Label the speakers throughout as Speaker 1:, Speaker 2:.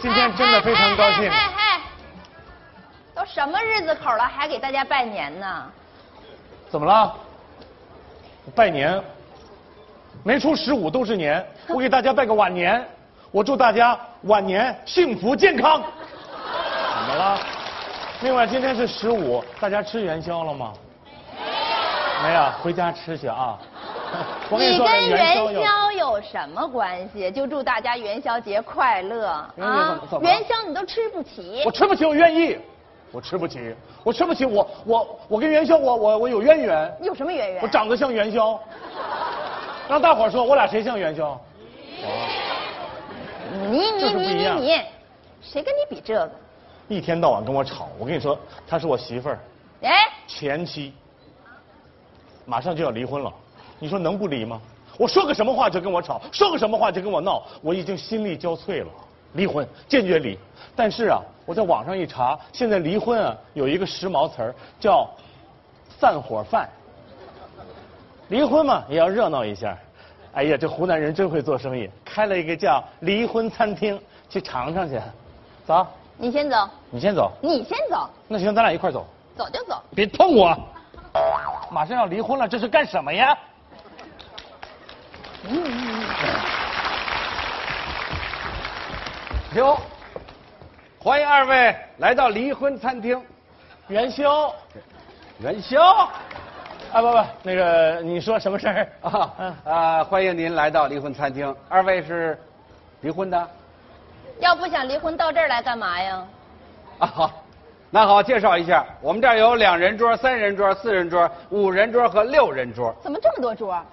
Speaker 1: 今天真的非常高兴
Speaker 2: 哎。哎哎哎都什么日子口了，还给大家拜年呢？
Speaker 1: 怎么了？拜年，年初十五都是年，我给大家拜个晚年，我祝大家晚年幸福健康。怎么了？另外今天是十五，大家吃元宵了吗？没有，回家吃去啊。我跟你
Speaker 2: 你
Speaker 1: 说，
Speaker 2: 跟
Speaker 1: 元宵
Speaker 2: 元
Speaker 1: 有
Speaker 2: 宵有什么关系？就祝大家元宵节快乐啊
Speaker 1: 元宵节怎么怎么了
Speaker 2: 元宵你都吃不起
Speaker 1: 我，吃不起，我愿意。我吃不起，我吃不起，我我我跟元宵我我我有渊源。
Speaker 2: 你有什么渊源？
Speaker 1: 我长得像元宵，让大伙儿说我俩谁像元宵？
Speaker 2: 你你
Speaker 1: 就是不
Speaker 2: 你
Speaker 1: 一
Speaker 2: 你
Speaker 1: 样
Speaker 2: 你，谁跟你比这个？
Speaker 1: 一天到晚跟我吵，我跟你说，她是我媳妇儿，
Speaker 2: 哎，
Speaker 1: 前妻，马上就要离婚了，你说能不离吗？我说个什么话就跟我吵，说个什么话就跟我闹，我已经心力交瘁了，离婚坚决离。但是啊，我在网上一查，现在离婚啊有一个时髦词儿叫“散伙饭”，离婚嘛也要热闹一下。哎呀，这湖南人真会做生意，开了一个叫“离婚餐厅”，去尝尝去。走，
Speaker 2: 你先走，
Speaker 1: 你先走，
Speaker 2: 你先走，
Speaker 1: 那行，咱俩一块儿走。
Speaker 2: 走就走。
Speaker 1: 别碰我！马上要离婚了，这是干什么呀？
Speaker 3: 哟，欢迎二位来到离婚餐厅。
Speaker 1: 元宵？
Speaker 3: 元宵
Speaker 1: 啊不不，那个你说什么事儿嗯
Speaker 3: 啊啊、欢迎您来到离婚餐厅。二位是离婚的
Speaker 2: 要不想离婚到这儿来干嘛呀？
Speaker 3: 啊？好，那好，介绍一下，我们这儿有两人桌、三人桌、四人桌、五人桌和六人桌
Speaker 2: 怎么这么多桌？
Speaker 3: 啊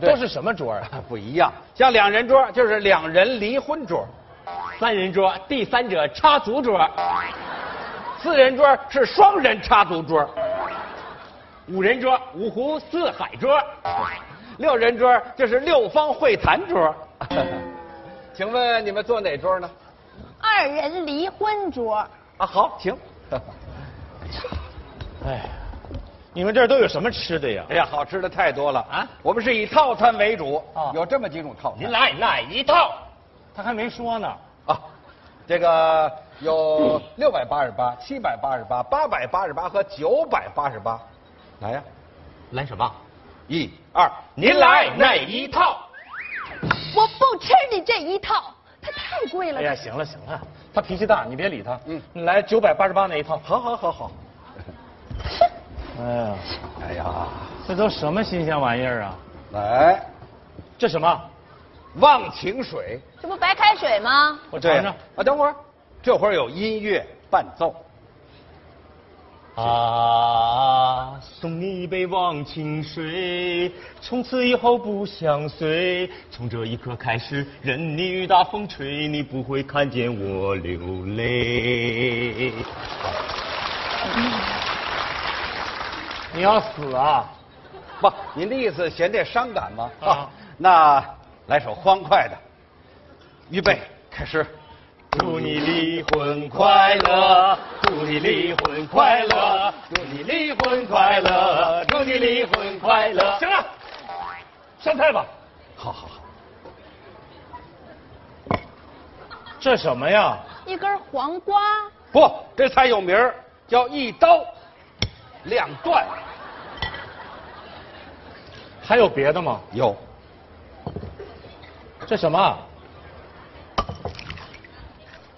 Speaker 1: 都是什么桌啊？
Speaker 3: 不一样。像两人桌就是两人离婚桌，
Speaker 4: 三人桌，第三者插足桌，
Speaker 3: 四人桌是双人插足桌，
Speaker 4: 五人桌，五湖四海桌。
Speaker 3: 六人桌就是六方会谈桌。 请问你们坐哪桌呢？
Speaker 2: 二人离婚桌。
Speaker 3: 啊，好， 请。
Speaker 1: 哎，你们这儿都有什么吃的呀？
Speaker 3: 哎呀，好吃的太多了
Speaker 4: 啊
Speaker 3: 啊！我们是以套餐为主，
Speaker 1: 哦
Speaker 3: 有这么几种套餐。
Speaker 4: 您来哪一套？
Speaker 1: 他还没说呢。
Speaker 3: 啊，这个有六百八十八、七百八十八、八百八十八和九百八十八，来呀、
Speaker 4: 来什么？
Speaker 3: 一二，
Speaker 4: 您来哪一套？
Speaker 2: 我不吃你这一套，它太贵了。
Speaker 1: 哎呀，行了行了，他脾气大，你别理他。嗯
Speaker 3: 嗯，
Speaker 1: 你来九百八十八那一套。
Speaker 3: 好好好 好。
Speaker 1: 哎呀，
Speaker 3: 哎呀，
Speaker 1: 这都什么新鲜玩意儿啊？
Speaker 3: 来，
Speaker 1: 这什么？
Speaker 3: 忘情水，
Speaker 2: 这不白开水吗？
Speaker 1: 我尝尝。
Speaker 3: 啊，等会儿，这会儿有音乐伴奏。
Speaker 4: 啊，送你一杯忘情水，从此以后不相随。从这一刻开始，任你雨打风吹，你不会看见我流泪。
Speaker 1: 你要死啊？
Speaker 3: 不，您的意思嫌这伤感吗？
Speaker 1: 啊
Speaker 3: 啊，那来首欢快的，预备开始。
Speaker 4: 祝你离婚快乐，祝你离婚快乐，祝你离婚快乐，祝你离婚快乐。
Speaker 1: 行了，上菜吧。
Speaker 3: 好好好。
Speaker 1: 这什么呀？
Speaker 2: 一根黄瓜，
Speaker 3: 不，这菜有名儿叫一刀两断。
Speaker 1: 还有别的吗？
Speaker 3: 有，
Speaker 1: 这什么？啊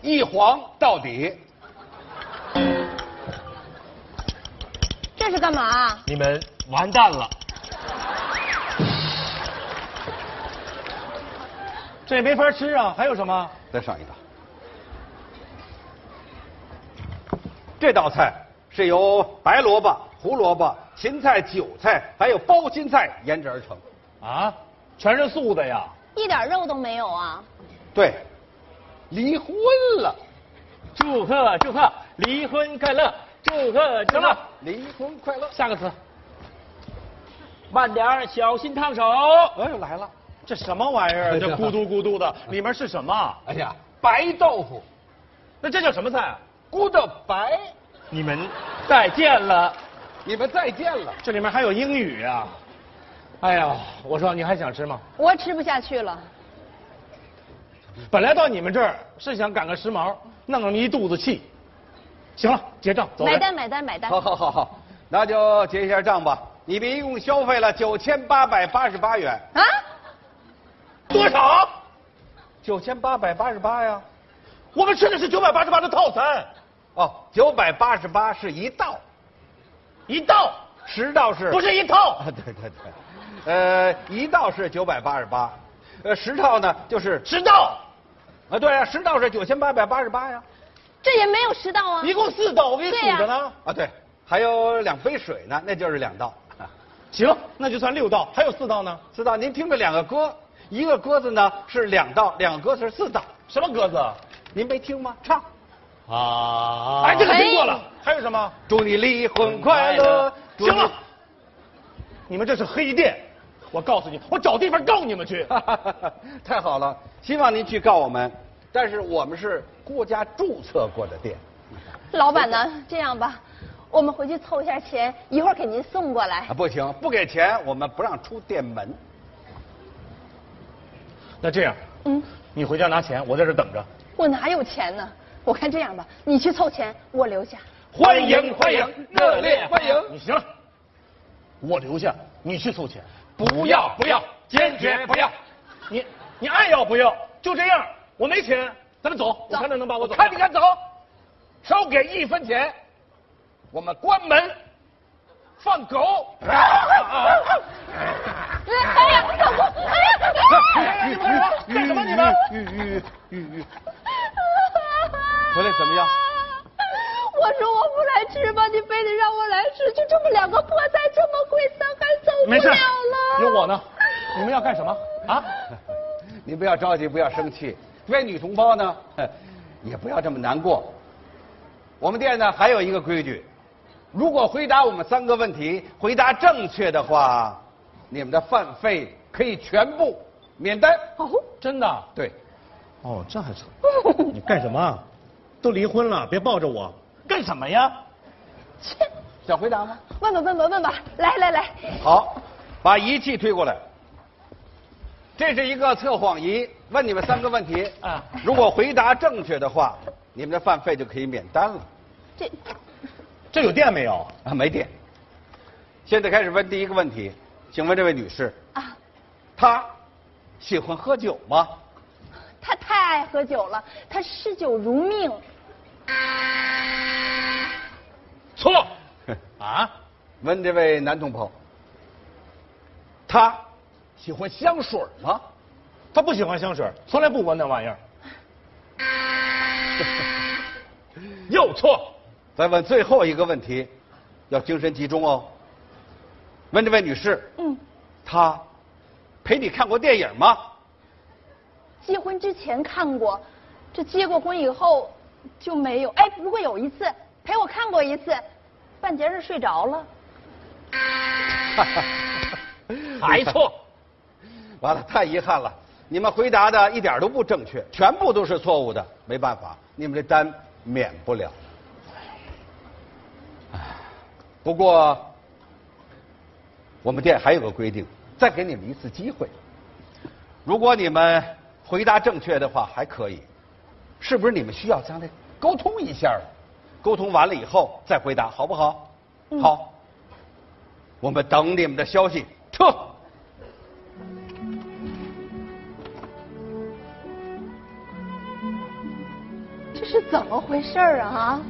Speaker 3: 一黄到底。
Speaker 2: 这是干嘛？
Speaker 4: 你们完蛋了。
Speaker 1: 这也没法吃啊。还有什么？
Speaker 3: 再上一道。这道菜是由白萝卜、胡萝卜、芹菜、韭菜还有包心菜研制而成。
Speaker 1: 啊，全是素的呀！
Speaker 2: 一点肉都没有啊！
Speaker 3: 对，离婚了，
Speaker 4: 祝贺祝贺，离婚快乐！祝贺祝贺，
Speaker 3: 离婚快乐。
Speaker 4: 下个词。慢点儿，小心烫手。
Speaker 3: 哎呦，来了。
Speaker 1: 这什么玩意儿啊？这咕嘟咕嘟的，里面是什么？
Speaker 3: 哎呀，白豆腐，
Speaker 1: 那这叫什么菜啊？
Speaker 3: 咕的白。
Speaker 4: 你们再见了。
Speaker 3: 你们再见了。
Speaker 1: 这里面还有英语啊！哎呀，我说你还想吃吗？
Speaker 2: 我吃不下去了。
Speaker 1: 本来到你们这儿是想赶个时髦，弄了你一肚子气。行了，结账，走人。
Speaker 2: 买单买单买单
Speaker 3: 好，好好好，那就结一下账吧。你们一共消费了九千八百八十八元，
Speaker 2: 啊，
Speaker 1: 多少？
Speaker 3: 九千八百八十八呀。
Speaker 1: 我们吃的是九百八十八的套餐，
Speaker 3: 哦，九百八十八是一道，
Speaker 1: 一道
Speaker 3: 十道是？
Speaker 1: 不是一套
Speaker 3: 啊，？对对对，呃，一道是九百八十八，呃，十套呢就是
Speaker 1: 十道，
Speaker 3: 啊，对啊，十道是九千八百八十八呀。
Speaker 2: 这也没有迟到啊。
Speaker 1: 一共四道，我给你数
Speaker 2: 对呀
Speaker 1: 着呢。
Speaker 3: 啊，对，还有两杯水呢，那就是两道。
Speaker 1: 行，那就算六道，还有四道呢。
Speaker 3: 四道，您听着两个歌，一个鸽子呢是两道，两个鸽子是四道，
Speaker 1: 什么鸽子？
Speaker 3: 您没听吗？唱。
Speaker 4: 啊
Speaker 1: 哎，这个听过了。还有什么？
Speaker 3: 祝你离婚快乐。祝你
Speaker 1: 行了，你们这是黑店，我告诉你，我找地方告你们去。
Speaker 3: 太好了，希望您去告我们，但是我们是国家注册过的店。
Speaker 2: 老板呢？这样吧，我们回去凑一下钱，一会儿给您送过来
Speaker 3: 啊，。不行，不给钱我们不让出店门。
Speaker 1: 那这样，
Speaker 2: 嗯，
Speaker 1: 你回家拿钱，我在这儿等着。
Speaker 2: 我哪有钱呢？我看这样吧，你去凑钱，我留下。
Speaker 1: 欢迎欢迎，热烈欢迎！
Speaker 3: 你
Speaker 1: 你行，我留下，你去凑钱。不要不要，坚决不要！你你爱要不要？就这样，我没钱，咱们走，我看他能把我走。
Speaker 5: 看你敢走，少给一分钱，我们关门放狗。
Speaker 2: 哎呀，老公，哎呀，
Speaker 1: 哎，你们干什么？你们
Speaker 3: 玉玉玉玉，回来怎么样？
Speaker 2: 我说我不来吃吧，你非得让我来吃，就这么两个破菜，这么贵，三还走不
Speaker 1: 没事
Speaker 2: 了了。，
Speaker 1: 有我呢。你们要干什么啊？
Speaker 3: 你不要着急，不要生气。这位女同胞呢， 也不要这么难过。我们店呢还有一个规矩，如果回答我们三个问题回答正确的话，你们的饭费可以全部免单。
Speaker 1: 真的？
Speaker 3: 对，
Speaker 1: 哦，这还成？你干什么？都离婚了，别抱着我。干什么呀？
Speaker 2: 切，
Speaker 3: 想回答吗？
Speaker 2: 问吧问吧问吧，来来来，
Speaker 3: 好，把仪器推过来。这是一个测谎仪，问你们三个问题
Speaker 1: 啊
Speaker 3: 如果回答正确的话，你们的饭费就可以免单了。
Speaker 2: 这
Speaker 1: 这有电没有？
Speaker 3: 啊，没电。现在开始问第一个问题，请问这位女士，
Speaker 2: 啊，
Speaker 3: 她喜欢喝酒吗？
Speaker 2: 他太爱喝酒了，他嗜酒如命。
Speaker 1: 错。啊？
Speaker 3: 问这位男同胞，她喜欢香水吗？
Speaker 1: 他不喜欢香水，从来不闻那玩意儿。 又错。
Speaker 3: 再问最后一个问题，要精神集中哦。问这位女士，
Speaker 2: 嗯，
Speaker 3: 她陪你看过电影吗？
Speaker 2: 结婚之前看过，这结过婚以后就没有。哎，不过有一次陪我看过一次，半截是睡着了。
Speaker 5: 还错，
Speaker 3: 完了，太遗憾了，你们回答的一点都不正确，全部都是错误的，没办法，你们这单免不了。不过，我们店还有个规定，再给你们一次机会。如果你们回答正确的话，还可以。是不是你们需要将来沟通一下？沟通完了以后再回答，好不好？好，我们等你们的消息。撤。！
Speaker 2: 这是怎么回事儿啊？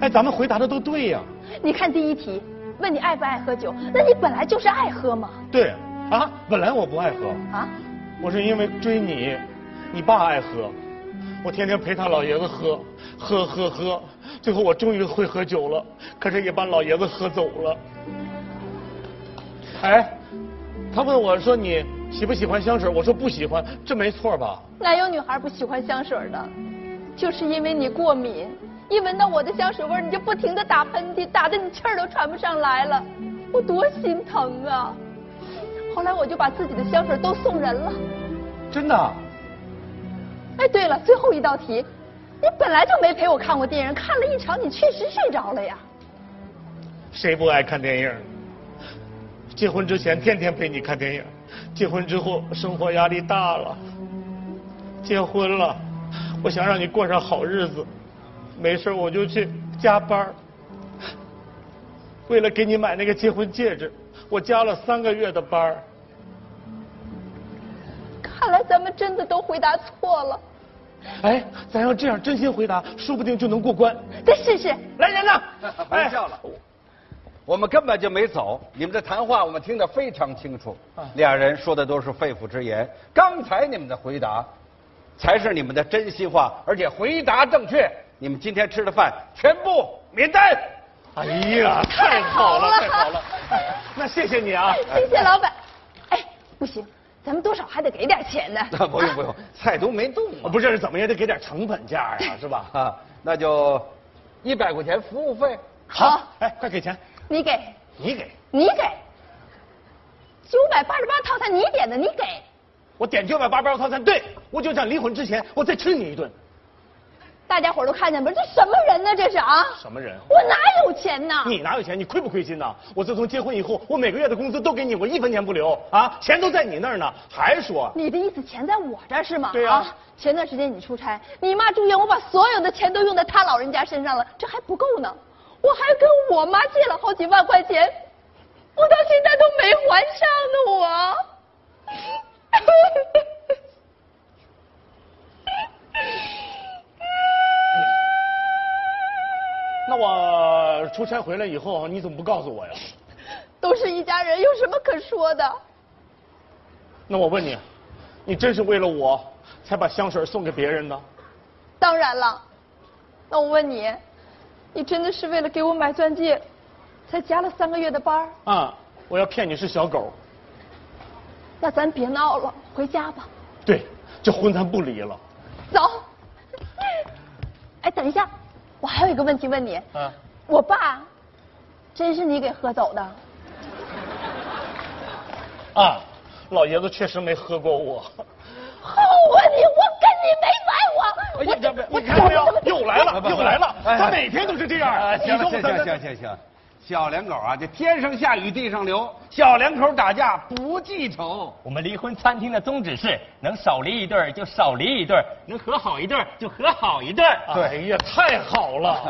Speaker 1: 哎，咱们回答的都对呀、
Speaker 2: 你看第一题，问你爱不爱喝酒，那你本来就是爱喝嘛。
Speaker 1: 对啊，本来我不爱喝，
Speaker 2: 啊，
Speaker 1: 我是因为追你，你爸爱喝，我天天陪他老爷子喝，喝喝喝，最后我终于会喝酒了，可是也把老爷子喝走了。哎，他问我说你喜不喜欢香水，我说不喜欢，这没错吧？
Speaker 2: 哪有女孩不喜欢香水的？就是因为你过敏，一闻到我的香水味儿，你就不停的打喷嚏，打得你气儿都喘不上来了，我多心疼啊！后来我就把自己的香水都送人了。
Speaker 1: 真的？
Speaker 2: 哎，对了，最后一道题，你本来就没陪我看过电影，看了一场，你确实睡着了呀。
Speaker 1: 谁不爱看电影？结婚之前天天陪你看电影，结婚之后生活压力大了，结婚了，我想让你过上好日子，没事儿我就去加班儿为了给你买那个结婚戒指，我加了三个月的班儿
Speaker 2: 看来咱们真的都回答错了。
Speaker 1: 哎，咱要这样真心回答，说不定就能过关。
Speaker 2: 再试试。
Speaker 1: 来人呐
Speaker 3: 不笑了，我们根本就没走，你们的谈话我们听得非常清楚，俩人说的都是肺腑之言。刚才你们的回答，才是你们的真心话，而且回答正确。你们今天吃的饭全部免 单。
Speaker 1: 哎呀，太好 了，太好了！哎那谢谢你啊。
Speaker 2: 谢谢老板。哎，不行，咱们多少还得给点钱呢。
Speaker 3: 那不用不用，菜都没动
Speaker 1: 啊
Speaker 3: 啊
Speaker 1: 不是，怎么也得给点成本价呀，是 吧？
Speaker 3: 啊，那就一百块钱服务费。
Speaker 1: 好，哎，快给钱，
Speaker 2: 你给，
Speaker 1: 你给
Speaker 2: 你给，九百八十八套餐你点的，你给。
Speaker 1: 我点九百八十八套餐，对我就想离婚之前我再吃你一顿。
Speaker 2: 大家伙儿都看见没？这什么人呢？这是啊？
Speaker 1: 什么人
Speaker 2: 我哪有钱呢？
Speaker 1: 你哪有钱？你亏不亏心呐？我自从结婚以后，我每个月的工资都给你，我一分钱不留啊，钱都在你那儿呢，还说
Speaker 2: 你的意思钱在我这儿是吗？啊
Speaker 1: 对呀
Speaker 2: 前段时间你出差，你妈住院，我把所有的钱都用在她老人家身上了，这还不够呢，我还跟我妈借了好几万块钱，我到现在都没还上呢，我。
Speaker 1: 那我出差回来以后，你怎么不告诉我呀？
Speaker 2: 都是一家人，有什么可说的？
Speaker 1: 那我问你，你真是为了我才把香水送给别人的？
Speaker 2: 当然了，那我问你，你真的是为了给我买钻戒，才加了三个月的班儿？
Speaker 1: 啊，我要骗你是小狗。
Speaker 2: 那咱别闹了，回家吧，
Speaker 1: 对，这婚咱不离了。
Speaker 2: 走。 哎，等一下，我还有一个问题问你，
Speaker 1: 啊，
Speaker 2: 我爸真是你给喝走的？
Speaker 1: 啊，老爷子确实没喝过我。
Speaker 2: 好啊你，我
Speaker 3: 哎
Speaker 2: 跟你没完，我我
Speaker 1: 哎你看到没有
Speaker 2: 我？
Speaker 1: 又来
Speaker 3: 不
Speaker 1: 了，
Speaker 3: 不
Speaker 1: 又来了，
Speaker 3: 哎
Speaker 1: 他每天都是这样。
Speaker 3: 啊，
Speaker 1: 你
Speaker 3: 行了
Speaker 1: 说我
Speaker 3: 行
Speaker 1: 咱
Speaker 3: 行行行行，小两口啊，这天上下雨地上流，小两口打架不记仇。
Speaker 4: 我们离婚餐厅的宗旨是：能少离一对儿就少离一对儿，能和好一对儿就和好一对儿。
Speaker 1: 哎呀，太好了。